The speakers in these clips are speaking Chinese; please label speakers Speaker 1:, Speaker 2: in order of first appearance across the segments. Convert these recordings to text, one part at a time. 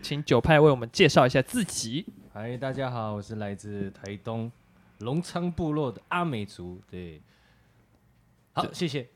Speaker 1: 请九派为我们介绍一下自己。
Speaker 2: 嗨，大家好，我是来自台东龙昌部落的阿美族。对，好，谢谢。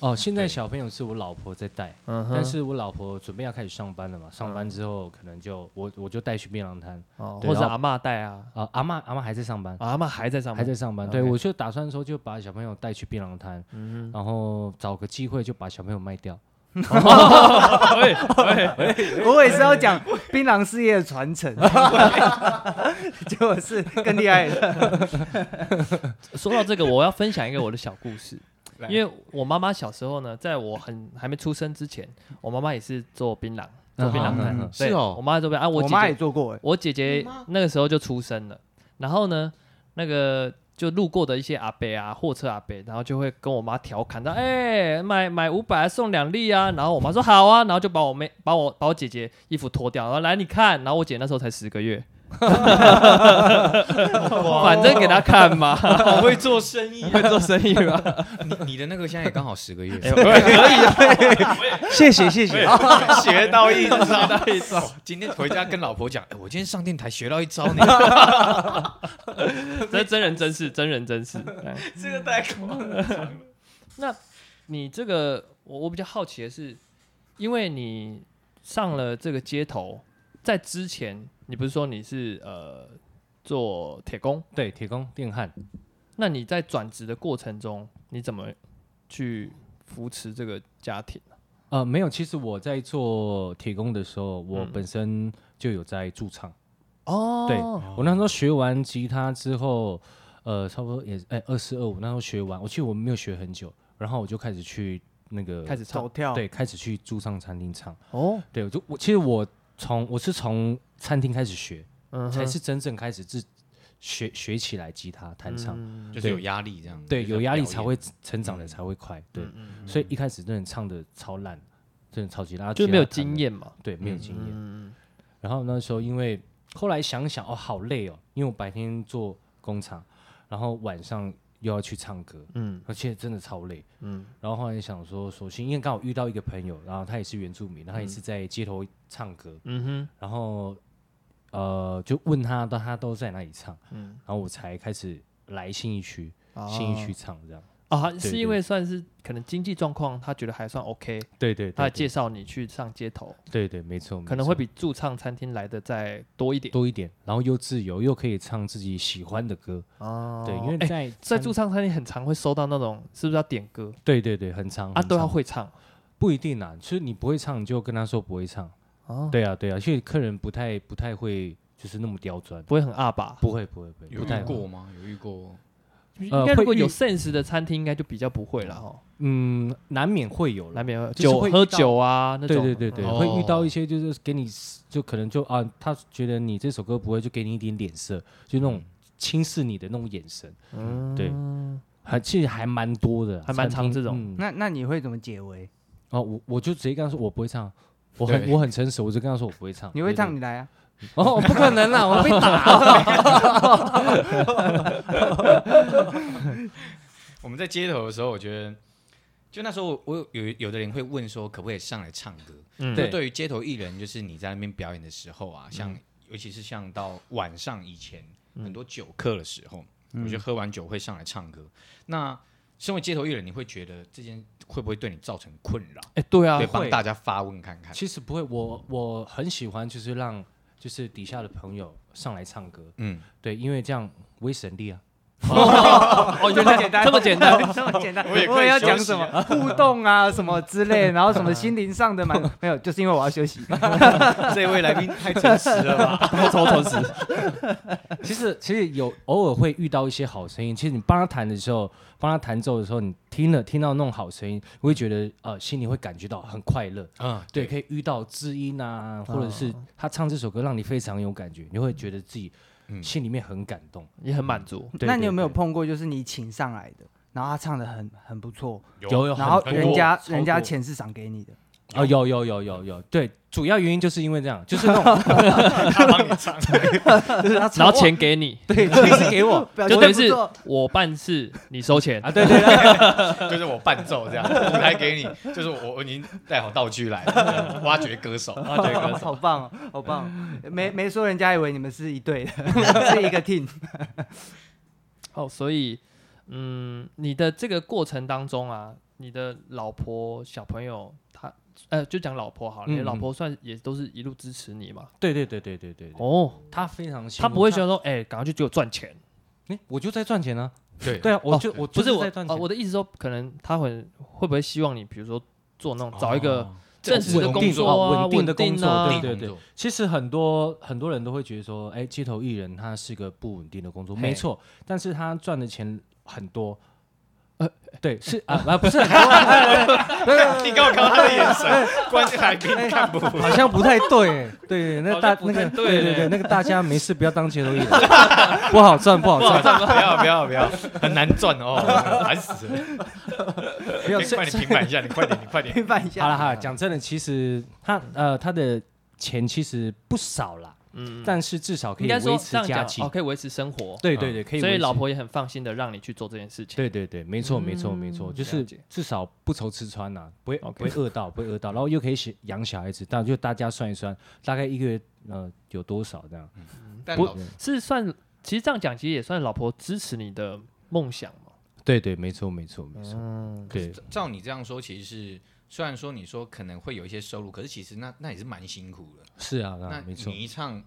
Speaker 2: 哦，现在小朋友是我老婆在带，
Speaker 1: 嗯
Speaker 2: 但是我老婆准备要开始上班了嘛，上班之后可能就我我就带去槟榔摊
Speaker 1: 哦，
Speaker 2: 对
Speaker 1: 或者
Speaker 2: 然后
Speaker 1: 阿嬷带啊，
Speaker 2: 啊，阿妈阿妈还在上班，
Speaker 1: 啊阿嬷还在上
Speaker 2: 还
Speaker 1: 班，
Speaker 2: 在上班，对
Speaker 1: OK 嗯
Speaker 2: 我就打算说就把小朋友带去槟榔摊，然后找个机会就把小朋友卖掉。
Speaker 3: 我也是要讲槟榔事业的传承，结果是更厉害的。
Speaker 1: 说到这个，我要分享一个我的小故 事
Speaker 2: 来，
Speaker 1: 因为我妈妈小时候呢，在我很还没出生之前，我妈妈也是做槟榔，做槟榔摊
Speaker 2: 嗯嗯嗯，
Speaker 1: 对
Speaker 4: 是哦
Speaker 1: 我妈做槟榔啊，我
Speaker 3: 我
Speaker 1: 姐
Speaker 3: 妈也
Speaker 1: 姐
Speaker 3: 做过，哎
Speaker 1: 我姐姐那个时候就出生了，然后呢，那个就路过的一些阿伯啊，货车阿伯，然后就会跟我妈调侃到，哎、买买五百送两粒啊，然后我妈说好啊，然后就把我妹把我把我姐姐衣服脱掉，然后来你看，然后我姐那时候才十个 月。反正给她看嘛，
Speaker 4: 好会做生意、
Speaker 1: 会做生意吧。
Speaker 4: 你你的那个现在也刚好十 个月，
Speaker 3: 谢谢谢谢。
Speaker 4: 学到一招，学到一招。今天回家跟老婆讲，哎，我今天上电台学到一招，你
Speaker 1: 这真人真事，真人真事。
Speaker 4: 这个太恐怖了。
Speaker 1: 你这个，我我比较好奇的是，因为你上了这个街头，在之前，你不是说你是呃做铁工？
Speaker 2: 对，铁工电焊。
Speaker 1: 那你在转职的过程中，你怎么去扶持这个家庭？
Speaker 2: 呃，没有，其实我在做铁工的时候，我
Speaker 1: 嗯
Speaker 2: 本身就有在驻唱。
Speaker 1: 哦
Speaker 2: 对我那时候学完吉他之后，呃，差不多也哎二四二五那时候学完，我其实我没有学很久，然后我就开始去那个
Speaker 1: 开始唱
Speaker 3: 走跳，
Speaker 2: 对，开始去驻唱餐厅唱。
Speaker 1: 哦，
Speaker 2: 对，我就我其实我从我是从餐厅开始学，
Speaker 1: 嗯哼
Speaker 2: 才是真正开始自学学起来吉他弹唱。
Speaker 1: 嗯
Speaker 4: 就是有压力这样，
Speaker 2: 对，有压力才会成长的
Speaker 4: 嗯
Speaker 2: 才会快。对，
Speaker 1: 嗯嗯
Speaker 2: 所以一开始真的唱的超烂，真的超级烂，啊
Speaker 1: 就是没有
Speaker 2: 吉他弹得
Speaker 1: 经验嘛。
Speaker 2: 对，没有
Speaker 4: 嗯
Speaker 2: 经验。然后那时候因为后来想想哦，好累哦，因为我白天做工厂，然后晚上又要去唱歌，
Speaker 1: 嗯
Speaker 2: 而且真的超累。
Speaker 1: 嗯，
Speaker 2: 然后后来想说，索性因为刚好遇到一个朋友，然后他也是原住民，然后他也是在街头唱歌，
Speaker 1: 嗯
Speaker 2: 然后呃就问他，到他都在哪里唱，
Speaker 1: 嗯
Speaker 2: 然后我才开始来信义区，
Speaker 1: 哼，
Speaker 2: 信义区唱这样。
Speaker 1: 哦啊，
Speaker 2: 对
Speaker 1: 是
Speaker 2: 对
Speaker 1: 因为算是可能经济状况，他觉得还算 OK，
Speaker 2: 对对，
Speaker 1: 他
Speaker 2: 对
Speaker 1: 介
Speaker 2: 对
Speaker 1: 绍你去上街头，
Speaker 2: 对对，没错，
Speaker 1: 可
Speaker 2: 没
Speaker 1: 能会
Speaker 2: 错
Speaker 1: 比驻唱餐厅来的再多一点。
Speaker 2: 多一点，然后又自由，又可以唱自己喜欢的歌。
Speaker 1: 哦
Speaker 2: 对，因为
Speaker 1: 哎
Speaker 2: 在
Speaker 1: 在
Speaker 2: 餐
Speaker 1: 驻唱餐厅很常会收到那种是不是要点歌
Speaker 2: 对对对，很长
Speaker 1: 啊？
Speaker 2: 嗯很
Speaker 1: 都要
Speaker 2: 长
Speaker 1: 会唱
Speaker 2: 不一定啊，就是你不会唱，你就跟他说不会唱。
Speaker 1: 哦，
Speaker 2: 对啊，对啊，因为客人不太不太会，就是那么刁钻。
Speaker 1: 不会很二吧？
Speaker 2: 不会，不会，不会，
Speaker 4: 有
Speaker 2: 不太
Speaker 4: 遇
Speaker 2: 会
Speaker 4: 过吗？有遇过？
Speaker 2: 呃
Speaker 1: 应该如果
Speaker 2: 会遇
Speaker 1: 有 sense 的餐厅，应该就比较不会了哈。
Speaker 2: 嗯，难免会有
Speaker 1: 难
Speaker 2: 了。
Speaker 1: 免会
Speaker 2: 就是
Speaker 1: 酒
Speaker 2: 会遇
Speaker 1: 喝
Speaker 2: 到
Speaker 1: 酒啊那
Speaker 2: 对
Speaker 1: 种，
Speaker 2: 对对对，
Speaker 1: 嗯
Speaker 2: 会遇到
Speaker 4: 哦
Speaker 2: 一些就是给你，就可能就啊，他觉得你这首歌不会，就给你一点脸色，就那种轻视你的那种眼神，
Speaker 1: 嗯
Speaker 2: 对还其实还蛮多的啊，
Speaker 1: 还蛮
Speaker 2: 餐
Speaker 1: 常
Speaker 2: 厅
Speaker 1: 这种。
Speaker 2: 嗯
Speaker 3: 那那你会怎么解围？
Speaker 2: 哦，我我就直接跟他说我不会唱，我很
Speaker 4: 对
Speaker 2: 我很诚实，我就跟他说我不会唱。
Speaker 3: 你会
Speaker 2: 对对
Speaker 3: 唱，你来啊！
Speaker 2: 哦，不可能啦，我被打。
Speaker 4: 我们在街头的时候，我觉得，就那时候我我有有的人会问说，可不可以上来唱歌？
Speaker 1: 嗯
Speaker 4: 就
Speaker 2: 对
Speaker 4: 对于街头艺人，就是你在那边表演的时候啊，像、尤其是像到晚上以前，很多酒客的时候，我觉得喝完酒会上来唱歌。那身为街头艺人，你会觉得这件会不会对你造成困扰？
Speaker 1: 哎对啊
Speaker 4: 对，，
Speaker 2: 会
Speaker 4: 帮大家发问看看。
Speaker 2: 其实不会，我我很喜欢，就是让就是底下的朋友上来唱歌，
Speaker 4: 嗯，
Speaker 2: 对，因为这样我也省力啊。
Speaker 1: 哦原来这么简单，
Speaker 3: 这么简单。
Speaker 4: 我也可以
Speaker 3: 我要讲
Speaker 4: 休息
Speaker 3: 什
Speaker 4: 啊
Speaker 3: 么互动啊，什么之类，然后什么心灵上的满，没有，就是因为我要休息。
Speaker 4: 这位来宾太诚实 了吧？
Speaker 1: 超超时，
Speaker 2: 其实其实有偶尔会遇到一些好声音，其实你帮他弹的时候，帮他弹奏的时候，你听了听到那种好声音，我会觉得呃心里会感觉到很快乐。
Speaker 4: 嗯，
Speaker 2: 对，可以遇到知音啊，或者是他唱这首歌让你非常有感觉，你会觉得自己
Speaker 4: 嗯
Speaker 2: 心里面很感动。
Speaker 1: 也很满足。
Speaker 2: 对
Speaker 3: 那你有
Speaker 2: 对
Speaker 3: 没有
Speaker 2: 对
Speaker 3: 碰过，就是你请上来的，然后他唱的很很不错，
Speaker 2: 有有
Speaker 3: 然后
Speaker 2: 很
Speaker 3: 人家
Speaker 2: 超
Speaker 3: 人家
Speaker 2: 多
Speaker 3: 钱是赏给你的，
Speaker 2: 哦啊，有有有有有，对，主要原因就是因为这样，就是那 种
Speaker 4: 他帮你唱，
Speaker 2: 就是他
Speaker 1: 然
Speaker 2: 超
Speaker 1: 后钱给你，
Speaker 2: 对，就是给我
Speaker 3: 表
Speaker 1: 就
Speaker 3: 情
Speaker 1: 等于
Speaker 3: 不
Speaker 1: 是
Speaker 3: 错，
Speaker 1: 我办事，你收钱
Speaker 2: 啊， 对对对，
Speaker 4: 就是我伴奏这样，舞台给你，就是我我已经带好道具来了，嗯挖掘歌手，挖掘歌手。
Speaker 3: 好棒哦，好棒 哦！没没说，人家以为你们是一队的，是一个 team。
Speaker 1: 哦，所以，嗯，你的这个过程当中啊，你的老婆、小朋友，他，呃，就讲老婆好了，你的老
Speaker 2: 嗯嗯
Speaker 1: 婆算也都是一路支持你嘛。
Speaker 2: 对对对对对对对，
Speaker 1: 哦，
Speaker 2: 他非常辛苦，
Speaker 1: 他不会觉得说，哎，赶快去给我赚钱。
Speaker 2: 哎，我就在赚钱啊，
Speaker 4: 对，
Speaker 2: 对啊，我就我
Speaker 1: 不
Speaker 2: 就是
Speaker 1: 我
Speaker 2: 在赚
Speaker 1: 啊
Speaker 2: 钱，
Speaker 1: 我的意思说，可能他会会不会希望你，比如说做那种找一个
Speaker 4: 哦
Speaker 1: 正职的
Speaker 4: 稳
Speaker 1: 工
Speaker 4: 定
Speaker 1: 作啊，
Speaker 2: 稳定的工作
Speaker 1: 啊
Speaker 2: 对
Speaker 4: 稳定工作
Speaker 2: 其实很多很多人都会觉得说，哎，街头艺人他是个不稳定的工作，
Speaker 1: 嘿
Speaker 2: 没错，但是他赚的钱很多。呃，对，是啊，啊，不是，
Speaker 4: 你刚我看到他的眼
Speaker 2: 哎
Speaker 4: 神，关键来宾看不
Speaker 2: 好像不太 对，对对，那
Speaker 1: 好像
Speaker 2: 个大
Speaker 1: 不
Speaker 2: 那
Speaker 1: 太
Speaker 2: 个，
Speaker 1: 对
Speaker 2: 对
Speaker 1: 嘞
Speaker 2: 对对，那个大家没事不要当街头 艺人，不好赚，不好赚，
Speaker 4: 不要不要不要，很难赚哦， 烦死了！
Speaker 2: 不要
Speaker 4: 快点平反一下，你快点，你快点。
Speaker 3: 平反一下，
Speaker 2: 好了好了，讲真的，其实他呃他的钱其实不少啦，
Speaker 1: 嗯，
Speaker 2: 但是至少可
Speaker 1: 应
Speaker 2: 以
Speaker 1: 该说
Speaker 2: 维
Speaker 1: 这
Speaker 2: 持
Speaker 1: 样
Speaker 2: 家
Speaker 1: 讲，
Speaker 2: 计
Speaker 1: 哦，。可以维持生活。
Speaker 2: 对对对，可以。
Speaker 1: 所以老。婆也很放心的让你去做这件事情。嗯
Speaker 2: 对对对，没错没错没错，就
Speaker 1: 了
Speaker 2: 是
Speaker 1: 解
Speaker 2: 至少不愁吃穿呐，不会
Speaker 1: OK
Speaker 2: 不会饿到，不会饿到，然后又可以写养小孩子，但就大家算一算，大概一个月呃有多少这样？
Speaker 1: 嗯
Speaker 4: 但
Speaker 1: 不
Speaker 4: 老
Speaker 1: 是算，其实这样讲，其实也算老婆支持你的梦想嘛。
Speaker 2: 对对，没错没错没错，
Speaker 1: 嗯，
Speaker 2: 对
Speaker 4: 照你这样说，其实是虽然说你说可能会有一些收入，可是其实那那也是蛮辛苦的。
Speaker 2: 是啊
Speaker 4: 那
Speaker 2: 啊没错
Speaker 4: 你，一唱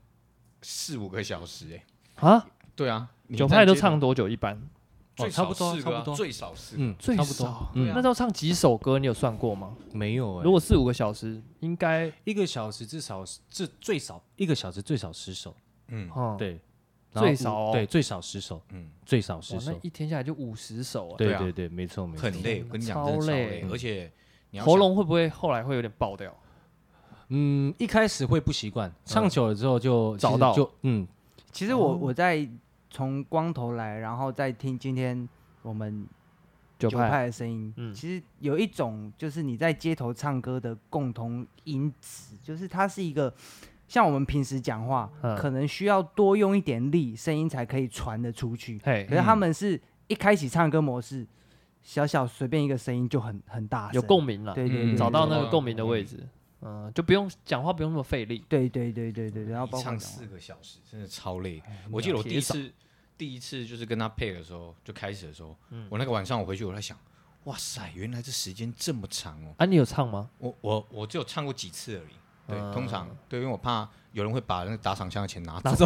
Speaker 4: 四五个小时，哎，
Speaker 1: 啊，
Speaker 4: 对啊，你
Speaker 1: 九派都
Speaker 4: 站街头
Speaker 1: 唱多久？一般
Speaker 4: 最
Speaker 2: 哦差
Speaker 4: 少
Speaker 2: 不多啊
Speaker 4: 四
Speaker 2: 差
Speaker 4: 个
Speaker 2: 不
Speaker 4: 啊，
Speaker 2: 多
Speaker 4: 最少四个。
Speaker 2: 嗯，差不多，
Speaker 1: 少
Speaker 2: 嗯
Speaker 1: 那时候唱几首歌，你有算过吗？
Speaker 2: 没有
Speaker 1: 如
Speaker 2: 哎，
Speaker 1: 果四五个小时，应该
Speaker 4: 嗯
Speaker 2: 一个小时至少至最少一个小时最少十首，
Speaker 4: 嗯
Speaker 1: 嗯，
Speaker 2: 对，然后
Speaker 1: 最少哦
Speaker 2: 五对最少十首，
Speaker 4: 嗯，
Speaker 2: 最少
Speaker 1: 哇
Speaker 2: 十，
Speaker 1: 那
Speaker 2: 首，
Speaker 1: 一天下来就五十首啊，
Speaker 2: 对
Speaker 4: 对啊
Speaker 2: 对对，没错没错，
Speaker 4: 很累，我跟你讲，
Speaker 1: 超
Speaker 4: 真的超
Speaker 1: 累
Speaker 4: 累，而且你要
Speaker 1: 喉
Speaker 4: 想
Speaker 1: 咙会不会后来会有点爆掉？
Speaker 2: 嗯，一开始会不习惯，唱久了之后就
Speaker 1: 嗯找
Speaker 2: 其实
Speaker 1: 到
Speaker 2: 就嗯，
Speaker 3: 其实
Speaker 1: 哦
Speaker 3: 我我在从光头来，然后再听今天我们
Speaker 1: 九
Speaker 3: 九
Speaker 1: 派，
Speaker 3: 派的声音，
Speaker 1: 嗯
Speaker 3: 其实有一种就是你在街头唱歌的共同因子，就是它是一个像我们平时讲话，
Speaker 1: 嗯
Speaker 3: 可能需要多用一点力，声音才可以传得出去。
Speaker 1: 嘿
Speaker 3: 可，是他们是一开启唱歌模式，小小随便一个声音就很很大声，
Speaker 1: 有共鸣了，啊
Speaker 3: 对对
Speaker 4: 嗯
Speaker 3: 对
Speaker 1: 找到那
Speaker 4: 有
Speaker 1: 个
Speaker 4: 共
Speaker 1: 共鸣的
Speaker 4: 鸣
Speaker 1: 位置，嗯，就不用讲话，不用那么费力。
Speaker 3: 对对对对对，然后包括
Speaker 4: 一
Speaker 3: 讲
Speaker 4: 唱四个小时，真的超累。我记得我第一次第一次就是跟他配的时候，就开始的时候，我那个晚上我回去我在想，哇塞，原来这时间这么长哦。
Speaker 1: 啊，你有唱吗？
Speaker 4: 我我我只有唱过几次而已。对，
Speaker 1: 嗯
Speaker 4: 通常对，因为我怕有人会把那个打赏箱的钱拿走。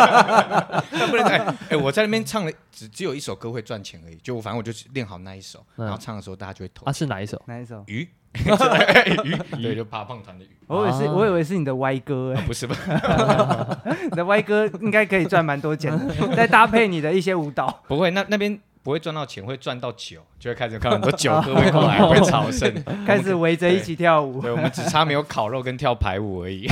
Speaker 4: 那不能再哎、我在那边唱了只只有一首歌会赚钱而已，就我反正我就练好那一首，
Speaker 1: 嗯
Speaker 4: 然后唱的时候大家就会投
Speaker 1: 啊，是哪一首？
Speaker 3: 哪一首？
Speaker 4: 鱼， 鱼，对，就爬胖团的鱼，
Speaker 3: 我以为是，
Speaker 1: 啊
Speaker 3: 我以为是你的歪歌、
Speaker 4: 啊
Speaker 3: 哎，
Speaker 4: 不是吧？
Speaker 3: 你的歪歌应该可以赚蛮多钱的， 再搭配你的一些舞 蹈，
Speaker 4: 不会，那那边不会赚到钱，会赚到酒，就会开始看很多酒喝会过来，会朝圣。
Speaker 3: 开始围着一起跳舞。
Speaker 4: 对，我们只差没有烤肉跟跳排舞而已。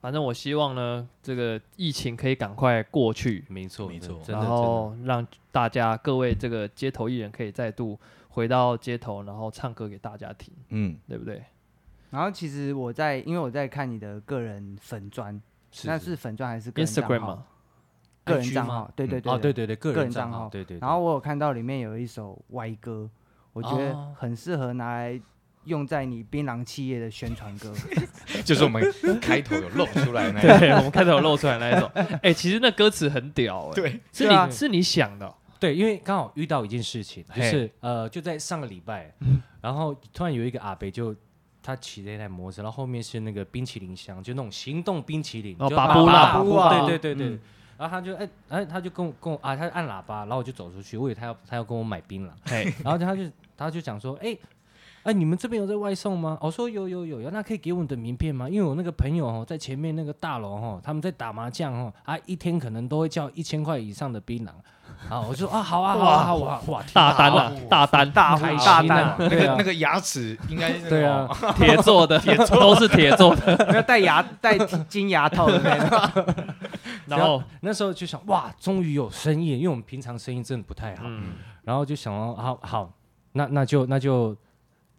Speaker 1: 反正我希望呢，这个疫情可以赶快过去，
Speaker 2: 没错
Speaker 4: 没错
Speaker 2: 真的
Speaker 1: 然
Speaker 2: 真的
Speaker 1: 后让大家各位这个街头艺人可以再度回到街头，然后唱歌给大家听，
Speaker 4: 嗯，
Speaker 1: 对不对？
Speaker 3: 然后其实我在，因为我在看你的个人粉砖，那是粉砖还是个人账
Speaker 1: Instagram
Speaker 3: 号
Speaker 1: 嘛？
Speaker 3: 个人
Speaker 2: IG
Speaker 3: 账
Speaker 2: 吗
Speaker 3: 号，对对对
Speaker 2: 哦对
Speaker 3: 嗯对。
Speaker 2: 对对，个
Speaker 3: 个
Speaker 2: 人
Speaker 3: 人账
Speaker 2: 账
Speaker 3: 号
Speaker 2: 对对，对
Speaker 3: 然后我有看到里面有一首歪歌，我觉得
Speaker 1: 哦
Speaker 3: 很适合拿来用在你槟榔企业的宣传歌。
Speaker 4: 就是我们开头有露出来那一
Speaker 1: 对，我们开头有露出来那一种。哎、其实那歌词很屌、哎，
Speaker 4: 对，
Speaker 1: 是你、
Speaker 3: 对啊
Speaker 1: 是你想的哦、
Speaker 2: 对，因为刚好遇到一件事情，就
Speaker 1: 嘿
Speaker 2: 是呃，就在上个礼拜，
Speaker 3: 嗯
Speaker 2: 然后突然有一个阿伯就他骑着一台摩托车，然后后面是那个冰淇淋箱，就那种行动冰淇淋，
Speaker 1: 哦
Speaker 2: 就
Speaker 1: 巴
Speaker 2: 叭
Speaker 1: 布
Speaker 2: 叭
Speaker 1: 拉
Speaker 2: 叭
Speaker 3: 巴布拉
Speaker 2: 对对对对
Speaker 1: 嗯。
Speaker 2: 然后他就哎，哎，他就跟我跟我啊，他就按喇叭，然后我就走出去，我以为他要他要跟我买槟榔，
Speaker 1: 嘿，
Speaker 2: 然后他就他就讲说，哎、哎、你们这边有在外送吗？我说有有有，那可以给我你的名片吗？因为我那个朋友哦，在前面那个大楼哦，他们在打麻将哦，啊，一天可能都会叫一千块以上的槟榔。啊，我就啊，好啊，好啊，好啊，哇，
Speaker 1: 大单啊，大单，大
Speaker 2: 开
Speaker 3: 大
Speaker 2: 心啊
Speaker 3: 胆，
Speaker 4: 那
Speaker 2: 对
Speaker 4: 个
Speaker 2: 啊
Speaker 4: 那，个牙齿应该是
Speaker 2: 对 啊，
Speaker 1: 铁做的，都是铁做 的。
Speaker 3: 没有戴牙戴金牙套的那 种，
Speaker 1: 然后，
Speaker 2: 那时候就想，哇，终于有生意了，因为我们平常生意真的不太好，
Speaker 1: 嗯，
Speaker 2: 然后就想到，好好，那那就那就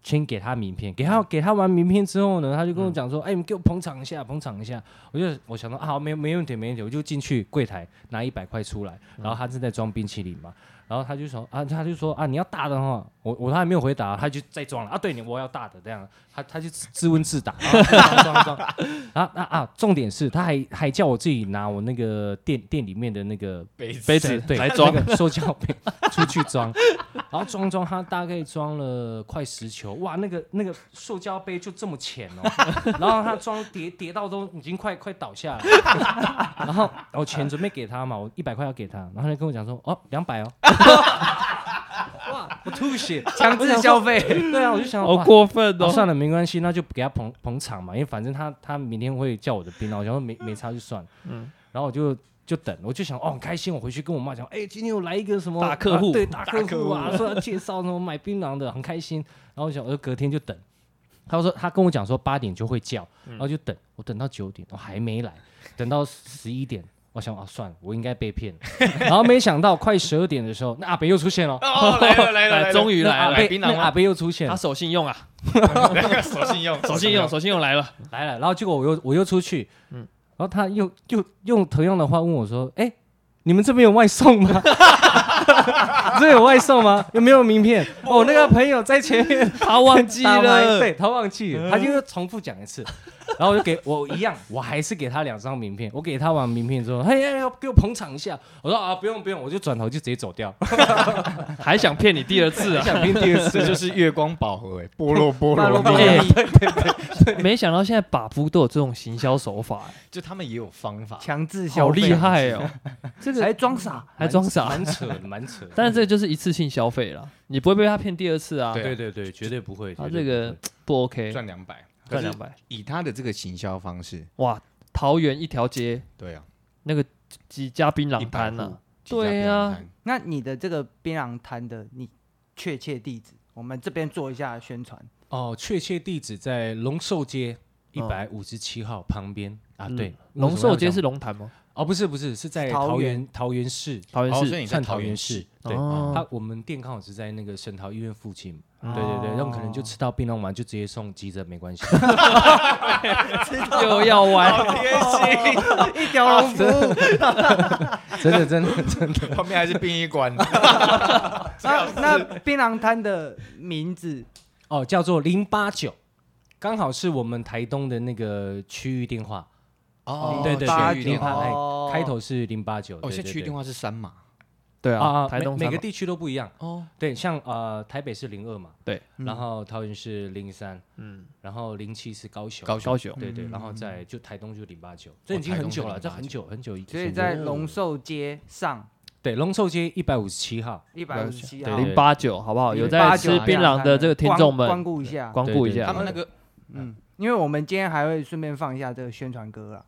Speaker 2: 先给他名片，给他给他完名片之后呢，他就跟我讲说：“哎、你给我捧场一下，捧场一下。”我就我想说啊，好没没问题，没问题，我就进去柜台拿一百块出来，然后他正在装冰淇淋嘛，然后他就说啊，他就说啊，你要大的话，我我他还没有回答，他就再装了啊，对你我要大的这样，他他就自自问自答，然后装装 装，然后啊啊，重点是他还还叫我自己拿我那个店店里面的那个
Speaker 4: 杯子
Speaker 1: 杯子
Speaker 2: 对
Speaker 1: 来装
Speaker 2: 那个塑胶杯出去装，然后装装，他大概装了快十球，哇，那个那个塑胶杯就这么浅哦， 然后他装叠叠到都已经快快倒下了， 然后我钱准备给他嘛，我一百块要给他，然后他就跟我讲说，哦，两百哦， 哇，我吐血，
Speaker 3: 强制消费，
Speaker 2: 对啊，我就想
Speaker 1: 好
Speaker 2: 哇。
Speaker 1: 过分
Speaker 2: 啊
Speaker 1: 哦！
Speaker 2: 算了，没关系，那就给他捧捧场嘛，因为反正他他明天会叫我的冰然后我想说没没差就算了，
Speaker 1: 嗯
Speaker 2: 然后我就就等，我就想哦很开心，我回去跟我妈讲，哎、今天我来一个什么
Speaker 1: 大客户
Speaker 2: 啊对大客
Speaker 4: 客
Speaker 2: 户
Speaker 4: 户
Speaker 2: 啊，说要介绍什么买槟榔的，很开心。然后我想，我就呃隔天就等，他说他跟我讲说八点就会叫，然后就等，我等到九点，我、哦还没来，等到十一点。我想啊，算了，我应该被骗了。 然后没想到快十二点的时候，那阿北又出现 了，
Speaker 4: 哦，来 了来了来了，
Speaker 1: 终于
Speaker 2: 那
Speaker 1: 来啊
Speaker 2: 阿
Speaker 1: 了，
Speaker 2: 北
Speaker 4: 来槟榔
Speaker 2: 那
Speaker 4: 吗
Speaker 2: 阿北又出现了
Speaker 1: 他，守信用 啊，
Speaker 4: 守信 用，
Speaker 1: 守信用，守信用来了，
Speaker 2: 来了，然后结果我又我又出去，
Speaker 1: 嗯
Speaker 2: 然后他又又用同样的话问我说：“哎、你们这边有外送吗？ 这边有外送吗？有没有名片？”哦，我那个朋友在前面
Speaker 1: 他忘记
Speaker 2: 打麻
Speaker 1: 了，
Speaker 2: 对他忘记了，他就又重复讲一次，然后我就给我一样， 我还是给他两张名片，我给他完名片之后，嘿，哎给我捧场一下，我说啊，不用不用，我就转头就直接走掉，
Speaker 1: 还想骗你第二次 啊！
Speaker 2: 想拼第二
Speaker 4: 这
Speaker 2: 次
Speaker 4: 就
Speaker 2: 就是
Speaker 4: 月光宝盒哎，菠萝菠
Speaker 3: 拜
Speaker 4: 萝
Speaker 3: 罗
Speaker 4: 蜜
Speaker 3: 拜，
Speaker 1: 哎
Speaker 3: 罗蜜
Speaker 1: 没想到现在把夫都有这种行销手法，哎
Speaker 4: 就他们也有 方法，
Speaker 3: 强制消
Speaker 1: 好
Speaker 3: 费，
Speaker 1: 厉害哦！这个
Speaker 3: 还装傻，
Speaker 1: 还装傻，
Speaker 2: 蛮扯的蛮扯的，
Speaker 1: 但是这个就是一次性消费了，你不会被他骗第二次啊。
Speaker 4: 对
Speaker 2: 对对对，绝对不会，
Speaker 1: 他
Speaker 2: 绝对
Speaker 1: 这个
Speaker 2: 不会
Speaker 1: 不 OK，
Speaker 4: 赚两百，
Speaker 1: 赚两百，
Speaker 4: 以他的这个行销方式，
Speaker 1: 哇！桃园一条街
Speaker 4: 对啊，
Speaker 1: 那个几家槟榔摊
Speaker 4: 呢
Speaker 1: 呢？？对啊
Speaker 3: 那你的这个槟榔摊的你确切地址，我们这边做一下宣传。
Speaker 2: 哦，确切地址在龙寿街一
Speaker 1: 嗯
Speaker 2: 百五十七号旁边、啊。
Speaker 1: 嗯
Speaker 2: 对，
Speaker 1: 龙寿街是
Speaker 2: 为什么要讲
Speaker 1: 龙潭吗？
Speaker 2: 哦，不是不是，是在
Speaker 3: 桃
Speaker 2: 桃
Speaker 3: 园
Speaker 2: 园桃园市，
Speaker 1: 桃园
Speaker 4: 哦，所以
Speaker 1: 市
Speaker 4: 你在
Speaker 2: 算
Speaker 4: 桃
Speaker 2: 桃
Speaker 4: 园
Speaker 2: 园
Speaker 4: 市
Speaker 2: 市，。对。啊
Speaker 1: 哦
Speaker 2: 他我们店刚好是在那个神桃医院附近，
Speaker 1: 哦
Speaker 2: 对对对，那我们可能就吃到槟榔丸就直接送急诊，没关系。
Speaker 1: 又要 玩，
Speaker 4: 贴心，
Speaker 3: 一条龙 服务，
Speaker 2: 真的真的真的，
Speaker 4: 旁边还是殡仪馆，
Speaker 1: 啊
Speaker 3: 那啊那槟榔摊的名字
Speaker 2: 哦，叫做零八九，刚好是我们台东的那个区域电话，
Speaker 4: 哦
Speaker 2: 对对
Speaker 3: 八
Speaker 2: 对，
Speaker 4: 区域
Speaker 2: 电
Speaker 4: 电
Speaker 2: 话
Speaker 4: 话，
Speaker 3: 哦
Speaker 2: 哎，开头是零八九，
Speaker 4: 哦，
Speaker 2: 对
Speaker 4: 现在
Speaker 2: 对
Speaker 4: 区域
Speaker 2: 对
Speaker 4: 电话是三码
Speaker 1: 对
Speaker 2: 啊
Speaker 1: 啊，
Speaker 2: 啊，
Speaker 1: 台
Speaker 2: 每
Speaker 1: 东
Speaker 2: 每个
Speaker 1: 三
Speaker 2: 地区都不一样。
Speaker 4: 哦，
Speaker 2: 对，像呃台北是零二嘛，
Speaker 1: 对，
Speaker 2: 然后桃园是零三，
Speaker 1: 嗯，
Speaker 2: 然后零七是高雄，
Speaker 4: 高
Speaker 1: 高
Speaker 4: 雄
Speaker 1: 雄
Speaker 2: 对
Speaker 3: 嗯
Speaker 2: 对，然后再就台东就零八九，这已经
Speaker 4: 台
Speaker 2: 很
Speaker 4: 东
Speaker 2: 久
Speaker 4: 是
Speaker 2: 了，这
Speaker 4: 089
Speaker 2: 很久很久以前的，
Speaker 3: 所以在龙寿街上
Speaker 2: 对龙寿街一百五十七号，
Speaker 3: 一百五十七号
Speaker 2: 对
Speaker 1: 零八九，好不好？有在
Speaker 3: 89
Speaker 1: 吃槟榔的这个听众
Speaker 3: 啊光光
Speaker 1: 们，
Speaker 3: 顾一下，
Speaker 1: 光顾一
Speaker 2: 对
Speaker 1: 下
Speaker 4: 他。们那个
Speaker 3: 嗯，因为我们今天还会顺便放一下这个宣传歌 啦，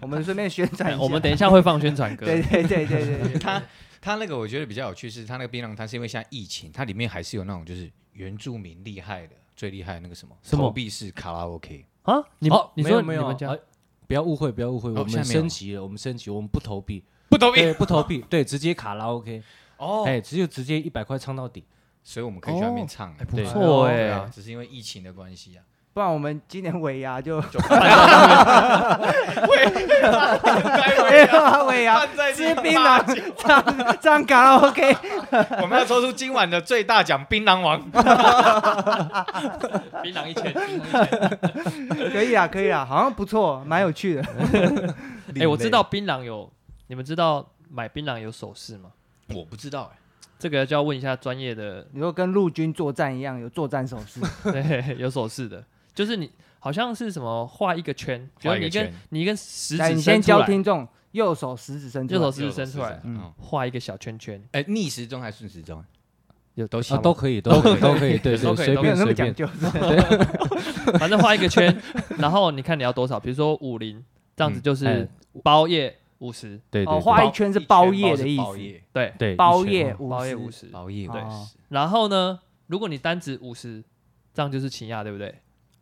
Speaker 3: 我们顺便宣传一
Speaker 1: 哎嗯
Speaker 3: 下。
Speaker 1: 我们等一下会放宣传歌，
Speaker 3: 对对对对对对，
Speaker 4: 他他那个我觉得比较有趣是，他那个槟榔摊是因为现在疫情，它里面还是有那种就是原住民厉害的，最厉害的那个什么
Speaker 1: 什么
Speaker 4: 投币式卡拉 OK，
Speaker 1: 啊，你
Speaker 2: 哦
Speaker 1: 你
Speaker 2: 没
Speaker 1: 说
Speaker 2: 有没
Speaker 1: 你
Speaker 2: 有
Speaker 1: 们家
Speaker 2: 呃不要误会，不要误会，
Speaker 4: 哦
Speaker 2: 我
Speaker 4: 现
Speaker 2: 们
Speaker 4: 在没有
Speaker 2: 升级了，我们升级，我们不投币，
Speaker 4: 不投
Speaker 2: 对，不投币， 对，直接卡拉 OK，
Speaker 4: 哦，
Speaker 2: 哎，只有直接一百块唱到底，
Speaker 4: 所以我们可以去那边唱，哎
Speaker 1: 哎不
Speaker 4: 对
Speaker 1: 错
Speaker 4: 对啊
Speaker 1: 哎，，
Speaker 4: 只是因为疫情的关 系啊，
Speaker 3: 不然我们今年尾牙就
Speaker 4: 对，
Speaker 3: 尾牙
Speaker 4: 在
Speaker 3: 吃槟榔唱唱卡拉 OK，
Speaker 4: 我们要抽出今晚的最大奖——槟榔王。
Speaker 1: 槟榔一千，槟榔一千。
Speaker 3: 可以啊可以啊，好像不错，蛮有趣的。
Speaker 1: 哎，我知道，槟榔有，你们知道买槟榔有手势吗？
Speaker 4: 我不知道哎、
Speaker 1: 这个就要问一下专业的，
Speaker 3: 你说跟陆军作战一样有作战手势，
Speaker 1: 对，有手势的，就是你好像是什么画一个圈，比如
Speaker 4: 画一个
Speaker 1: 你跟
Speaker 4: 圈
Speaker 1: 你跟食
Speaker 3: 来
Speaker 1: 指
Speaker 3: 你
Speaker 1: 伸
Speaker 3: 先
Speaker 1: 出
Speaker 3: 教
Speaker 1: 来，
Speaker 3: 听众，右手食指伸出
Speaker 1: 右
Speaker 3: 来
Speaker 1: 手，食指伸出来，
Speaker 4: 嗯，
Speaker 1: 画一个小圈圈，
Speaker 4: 哎、逆时钟还是顺时钟？啊
Speaker 1: 有
Speaker 4: 哦都
Speaker 2: 啊，
Speaker 4: 行，
Speaker 2: 都可以，都可以，都可以，对
Speaker 4: 都
Speaker 2: 对，
Speaker 4: 可以
Speaker 2: 随
Speaker 4: 都可
Speaker 3: 没
Speaker 4: 以
Speaker 2: 便
Speaker 3: 有那
Speaker 2: 随
Speaker 3: 么讲
Speaker 2: 便，
Speaker 3: 究。
Speaker 1: 反正画一个圈， 然后你看你要多少，比如说五零这样子就是
Speaker 2: 哎
Speaker 1: 包夜五十，
Speaker 2: 对对，
Speaker 3: 哦花
Speaker 2: 对
Speaker 3: 一圈是包夜的意
Speaker 4: 包
Speaker 3: 思，
Speaker 4: 夜，
Speaker 1: 对，
Speaker 2: 对
Speaker 3: 包
Speaker 2: 一圈
Speaker 3: 夜
Speaker 2: 哦
Speaker 3: 五
Speaker 1: 包夜
Speaker 3: 十
Speaker 1: 五十。
Speaker 4: 包夜
Speaker 3: 对
Speaker 4: 哦
Speaker 1: 然后呢，如果你单子五十，这样就是请亚，对不对？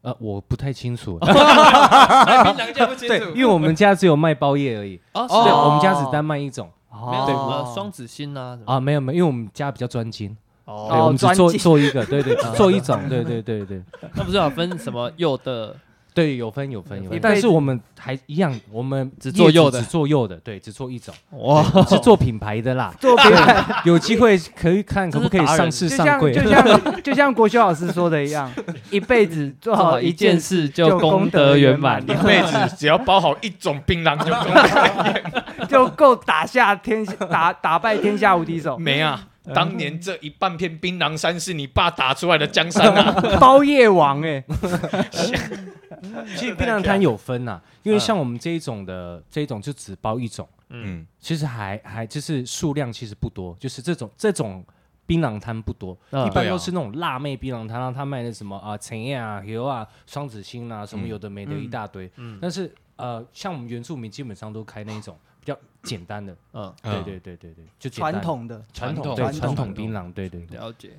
Speaker 2: 呃，我不太清楚，
Speaker 1: 槟榔就不清
Speaker 2: 对， 因为我们家只有卖包夜而已，
Speaker 1: 哦，是
Speaker 2: 对，
Speaker 1: 哦
Speaker 2: 我们家只单卖一种
Speaker 1: 没有什么
Speaker 3: 哦，
Speaker 1: 双子星啊，什么
Speaker 2: 啊，没有没有，因为我们家比较专精， 对我
Speaker 1: 哦，
Speaker 2: 们只
Speaker 3: 专
Speaker 2: 做
Speaker 3: 辑
Speaker 2: 做一 个，对对，只做一种，对对对对
Speaker 1: 那不是有分什么右的？
Speaker 2: 对，有分有分有
Speaker 1: 你
Speaker 2: 分，
Speaker 1: 被
Speaker 2: 但是我们还一样，我们
Speaker 1: 只做
Speaker 2: 业主
Speaker 1: 右的哦
Speaker 2: 只做右的，对，只做一种，
Speaker 1: 哇，
Speaker 2: 对是做品牌 的啦，
Speaker 3: 做别人
Speaker 2: 有机会可以看可不可以
Speaker 1: 这是达人
Speaker 2: 上市
Speaker 3: 就
Speaker 2: 上
Speaker 3: 像
Speaker 2: 柜，
Speaker 3: 就像就像国修老师说的一样，一辈子做
Speaker 1: 做
Speaker 3: 好
Speaker 1: 好
Speaker 3: 一
Speaker 1: 一
Speaker 3: 件
Speaker 1: 件
Speaker 3: 事，
Speaker 1: 事就功德圆满。
Speaker 4: 一辈子只要包好一种槟榔就够了。
Speaker 3: 就够打下天下打 打败天下无敌手，
Speaker 4: 没啊，当年这一半片槟榔山是你爸打出来的江山啊！
Speaker 3: 包夜王哎、
Speaker 2: 其实槟榔
Speaker 1: 啊
Speaker 2: 摊有分呐、因为
Speaker 1: 嗯
Speaker 2: 像我们这一种的，这一种就只包一种，
Speaker 4: 嗯，
Speaker 2: 其实还还就是数量其实不多，就是这种这种槟榔摊不多，
Speaker 1: 嗯
Speaker 2: 一般
Speaker 4: 对啊
Speaker 2: 都是那种辣妹槟榔摊，然后他卖的什么啊陈燕啊、油啊、双子星啊，什么
Speaker 4: 嗯
Speaker 2: 有的没的
Speaker 3: 嗯
Speaker 2: 一大堆。
Speaker 1: 嗯
Speaker 2: 但是呃，像我们原住民基本上都开那一种比较简单的，
Speaker 1: 嗯，
Speaker 2: 对对对对对，就简单
Speaker 3: 传统的
Speaker 2: 传
Speaker 4: 传统
Speaker 2: 对
Speaker 3: 传统
Speaker 2: 传统槟榔，对对对。
Speaker 1: 了解。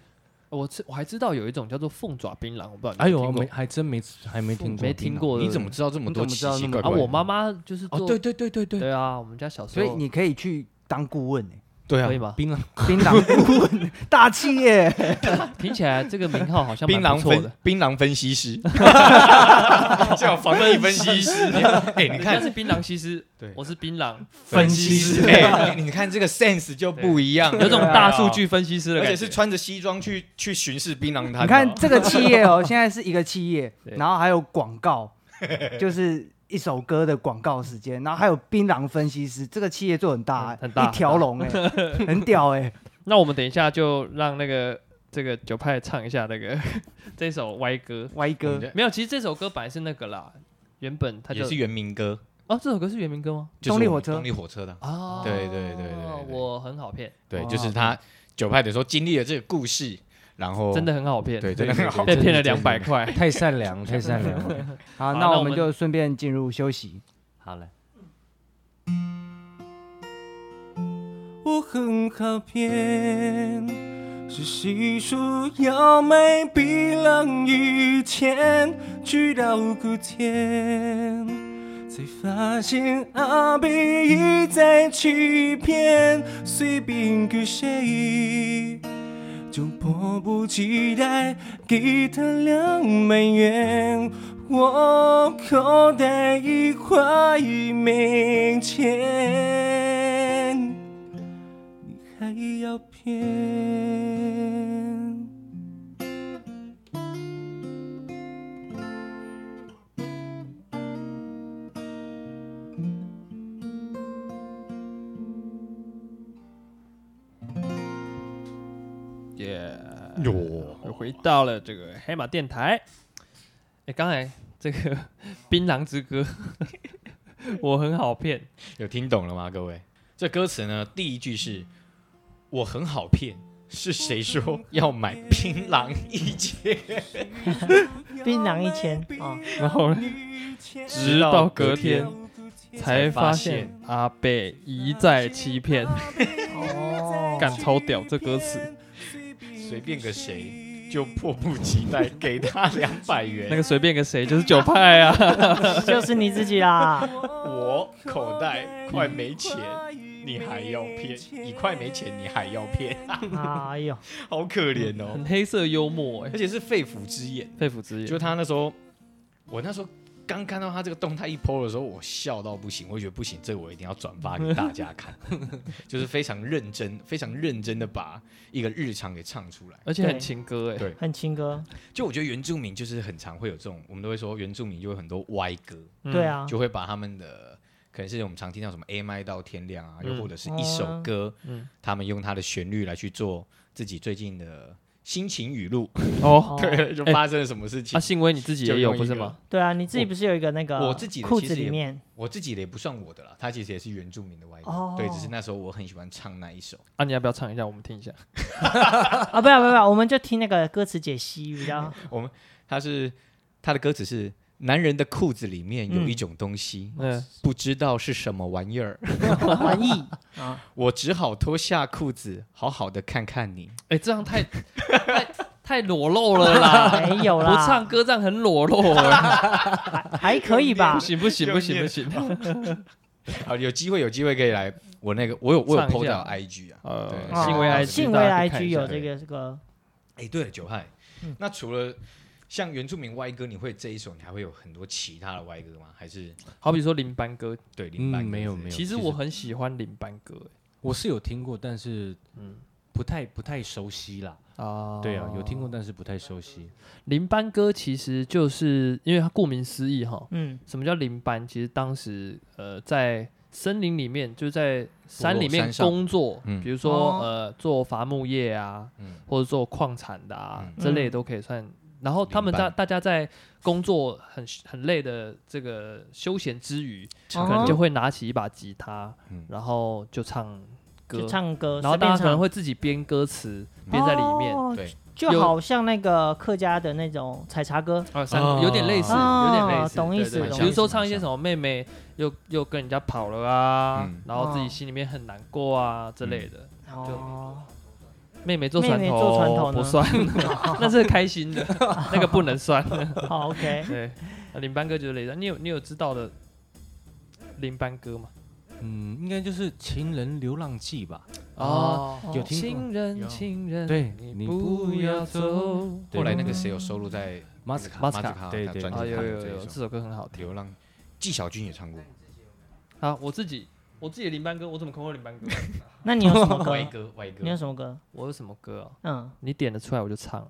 Speaker 1: 我知我还知道有一种叫做凤爪槟榔，我不知道你
Speaker 2: 哎
Speaker 1: 有
Speaker 2: 呦，
Speaker 1: 没有
Speaker 2: 我
Speaker 1: 听
Speaker 2: 没还真没还没听
Speaker 1: 过
Speaker 2: 过，
Speaker 1: 没听。过？
Speaker 4: 你怎么知道这么多
Speaker 3: 你
Speaker 4: 奇
Speaker 3: 怎么知
Speaker 4: 奇
Speaker 3: 道
Speaker 4: 怪
Speaker 3: 那么
Speaker 1: 啊？
Speaker 4: 怪？
Speaker 1: 我妈妈就是
Speaker 4: 哦，
Speaker 1: 做
Speaker 4: 对对对对对，
Speaker 1: 对啊，我们家小时
Speaker 3: 所
Speaker 1: 候
Speaker 3: 以你可以去当顾问哎、
Speaker 4: 对啊
Speaker 1: 可以，吗？
Speaker 2: 槟榔
Speaker 3: 槟榔顾问 大企业、
Speaker 1: 听起来这个名号好像
Speaker 4: 槟
Speaker 1: 蛮
Speaker 4: 榔
Speaker 1: 不错
Speaker 4: 分
Speaker 1: 的，
Speaker 4: 槟榔分析 师，叫防疫分析 师。你哎，你
Speaker 1: 但
Speaker 4: 看
Speaker 1: 是槟榔西施，
Speaker 4: 对
Speaker 1: 我是槟榔，
Speaker 4: 分析师，哎，你你看这个 sense 就不一样，
Speaker 1: 有种大数据分析师
Speaker 4: 对
Speaker 1: 的
Speaker 4: 啊，而
Speaker 1: 感
Speaker 4: 且
Speaker 1: 觉
Speaker 4: 是。穿着西装去去巡视槟榔摊。哦
Speaker 3: 你看，这个企业 哦，现在是一个企业，
Speaker 1: 对
Speaker 3: 然后还有广 告，就是一首歌的广告时间，然后还有槟榔分析师，这个企业做很大、欸，
Speaker 1: 很很大
Speaker 3: 一条龙哎、 很屌哎、
Speaker 1: 那我们等一下就让那个这个九派唱一下那个 这首歪歌。
Speaker 3: 歪
Speaker 4: 我
Speaker 3: 哥
Speaker 4: 们，这
Speaker 1: 没有，其实这首歌本来是那个啦，原本它
Speaker 4: 也
Speaker 1: 就是
Speaker 4: 原民歌，
Speaker 1: 哦，这首歌是原名歌吗？
Speaker 4: 就是
Speaker 3: 动力
Speaker 4: 我
Speaker 3: 火
Speaker 4: 们
Speaker 3: 车
Speaker 4: 动力火车的。
Speaker 5: 哦
Speaker 1: 啊，
Speaker 4: 对对对对对对
Speaker 1: 我很好骗，
Speaker 4: 对，
Speaker 3: 哦
Speaker 4: 就是他九派的时候经历了这个故事，然后
Speaker 1: 真的很好骗，
Speaker 4: 哦对，真的很 好
Speaker 1: 被骗了
Speaker 2: 真的
Speaker 1: 两百块。
Speaker 2: 太善 良，太善良了。
Speaker 3: 好，
Speaker 1: 那
Speaker 3: 那我
Speaker 1: 我
Speaker 3: 们
Speaker 1: 们
Speaker 3: 就顺便进入休息。
Speaker 2: 好了。我很好骗，是细数要买槟榔以前，去到古田，才发现阿贝一再欺骗，随便给谁，就迫不及待给他两美元。我口袋一块没钱，你还要骗？
Speaker 1: 耶，
Speaker 4: 哟，
Speaker 1: 又回到了这个黑马电台。哎，刚才这个 《槟榔之歌》， 我很好骗，
Speaker 4: 有听懂了吗，各位？这歌词呢，第一句是“我很好骗”，是谁说要买槟榔一千？
Speaker 5: 槟榔一千啊，
Speaker 1: 然后呢，直到隔天才发现阿贝一再欺骗，
Speaker 5: 哦，
Speaker 1: 干超屌这歌词。
Speaker 4: 随便个谁就迫不及待给他两百
Speaker 1: 那
Speaker 4: 元，
Speaker 1: 个随便个谁就是九派啊，
Speaker 5: 哦就是你自己啦，
Speaker 4: 我口袋快没钱，你还要骗？你快没钱，你还要骗？
Speaker 5: 哎呦，
Speaker 4: 好可怜哦
Speaker 1: 很，黑色幽默哎
Speaker 4: 而，且是肺腑之言。
Speaker 1: 肺腑之
Speaker 4: 就
Speaker 1: 言。
Speaker 4: 他那时候，我那时候刚看到他这个动态一 PO 的时候，我笑到不行，我觉得不行，这我一定要转发给大家 看，就是非常认真、非常认真的把一个日常给唱出来。
Speaker 1: 而且很
Speaker 5: 对
Speaker 1: 情歌哎
Speaker 4: 对，
Speaker 5: 很情歌，
Speaker 4: 就我觉得原住民就是很常会有这种，我们都会说原住民就有很多歪歌，
Speaker 1: 嗯
Speaker 5: 对，啊，
Speaker 4: 就会把他们的。可能是我们常听到什么 A m I 到天亮啊，又
Speaker 1: 嗯
Speaker 4: 或者是一首
Speaker 5: 哦
Speaker 4: 歌，
Speaker 1: 嗯
Speaker 4: 他们用他的旋律来去做自己最近的心情语录，
Speaker 1: 哦，
Speaker 4: 对，就
Speaker 1: 哎
Speaker 4: 发生了什么事情
Speaker 1: 啊，。信威你自己
Speaker 4: 就
Speaker 1: 也有
Speaker 4: 用一
Speaker 1: 不是
Speaker 4: 个
Speaker 1: 吗？
Speaker 5: 对啊，你自己不是有一个那个
Speaker 4: 我自己的
Speaker 5: 裤
Speaker 4: 其
Speaker 5: 子
Speaker 4: 实
Speaker 5: 里
Speaker 4: 也
Speaker 5: 面
Speaker 4: 我自己的也不算我的啦，它其实也是原住民的外语。
Speaker 5: 哦
Speaker 4: 对，只是那时候我很喜欢唱那一首。
Speaker 1: 啊，你要不要唱一下，我们听一下？
Speaker 5: 啊，不要不要不要，我们就听那个歌词解析比 较
Speaker 4: 我们它是它的歌词是：男人的裤子里面有一种东西，
Speaker 1: 嗯，
Speaker 4: 不知道是什么玩意儿，
Speaker 5: 文艺啊，
Speaker 4: 我只好脱下裤子，好好的看看你。
Speaker 1: 哎，这样太 太太裸露了啦，
Speaker 5: 没有
Speaker 1: 不
Speaker 5: 啦，
Speaker 1: 唱歌这样很裸露啊，
Speaker 5: 还可以吧
Speaker 1: 不？行不行不行不行，
Speaker 4: 好，有机会有机会可以来我那个，我有我有
Speaker 1: 唱一
Speaker 4: PO
Speaker 1: 下
Speaker 4: 到 IG 啊。对
Speaker 1: 呃，
Speaker 5: 哦
Speaker 1: 信为 IG，
Speaker 5: 信为
Speaker 1: 大家去
Speaker 5: IG
Speaker 1: 看一下
Speaker 5: 有这个这个
Speaker 4: 哎，对了，九害，那除了像原住民歪歌，你会这一首，你还会有很多其他的歪歌吗？还是
Speaker 1: 好比说林班歌，
Speaker 4: 对林班
Speaker 2: 嗯
Speaker 4: 歌
Speaker 2: 没有
Speaker 4: 之类
Speaker 2: 没有
Speaker 1: 其实
Speaker 2: 其
Speaker 1: 我
Speaker 2: 实
Speaker 1: 很喜欢林班歌哎
Speaker 2: 我是有听过，但是
Speaker 1: 嗯
Speaker 2: 不太不太熟悉啦。
Speaker 1: 哎啊
Speaker 2: 对
Speaker 3: 哦
Speaker 2: 啊，有听过，但是不太熟悉。
Speaker 1: 林班歌，其实就是因为它顾名思义哈，
Speaker 5: 嗯
Speaker 1: 什么叫林班？其实当时呃在森林里面，就是在山里面
Speaker 4: 山上
Speaker 1: 工作，
Speaker 4: 嗯
Speaker 1: 比如说、
Speaker 5: 哦
Speaker 1: 呃做伐木业啊，
Speaker 4: 嗯
Speaker 1: 或者做矿产的啊、
Speaker 4: 嗯
Speaker 1: 这类都可以算。然后他们
Speaker 4: 林
Speaker 1: 大
Speaker 4: 班
Speaker 1: 大家在工作很很累的这个休闲之余，
Speaker 5: 哦
Speaker 1: 可能就会拿起一把吉他，
Speaker 4: 嗯
Speaker 1: 然后就唱歌
Speaker 5: 就，唱歌，
Speaker 1: 然后
Speaker 5: 随
Speaker 1: 大
Speaker 5: 便
Speaker 1: 家可能
Speaker 5: 唱
Speaker 1: 会自己编歌词
Speaker 4: 嗯
Speaker 1: 编在里面，
Speaker 5: 哦
Speaker 4: 对
Speaker 5: 就
Speaker 1: 有
Speaker 5: 好像那个客家的那种采茶歌，
Speaker 1: 啊，三
Speaker 4: 哦
Speaker 1: 有点类似，有点类似，
Speaker 5: 哦懂意思
Speaker 1: 对对对
Speaker 4: 懂意思
Speaker 1: 比如说唱一些什么妹妹又又跟人家跑了啊
Speaker 4: 嗯，
Speaker 1: 然后自己心里面很难过啊之类的。
Speaker 5: 哦，
Speaker 1: 妹妹做船
Speaker 5: 妹妹做船头
Speaker 1: 头
Speaker 5: 呢
Speaker 1: 不算， 那是开心的，那个不能算。
Speaker 5: 好 OK，
Speaker 1: 对，那林班哥就是类似。你有你有知道的林班哥吗？
Speaker 2: 嗯，应该就是《情人流浪记》吧？
Speaker 1: 哦，
Speaker 2: 有听过
Speaker 1: 情人
Speaker 4: 有
Speaker 1: 情人，
Speaker 2: 对
Speaker 1: 你
Speaker 2: 你
Speaker 1: 不
Speaker 2: 不
Speaker 1: 要
Speaker 2: 要
Speaker 1: 走
Speaker 2: 走。
Speaker 4: 后来那个谁有收录在
Speaker 2: 马斯卡
Speaker 1: 马斯卡
Speaker 4: 对
Speaker 2: 对
Speaker 4: 对
Speaker 2: 对哎
Speaker 4: 专
Speaker 1: 啊，
Speaker 4: 辑
Speaker 1: 有
Speaker 4: 上
Speaker 1: 有
Speaker 4: 的
Speaker 1: 有
Speaker 4: 这
Speaker 1: 有，这
Speaker 4: 一首《
Speaker 1: 首歌很好听。
Speaker 4: 流浪》，纪晓君也唱 过。
Speaker 1: 好，我自己我自己的林班哥，我怎么可能会林 班哥？
Speaker 5: 那你有什么歌
Speaker 4: 歪？歌，歪歌
Speaker 5: 你有。什么歌？
Speaker 1: 我有什么歌啊？
Speaker 5: 嗯，
Speaker 1: 你点得出来我就唱啊。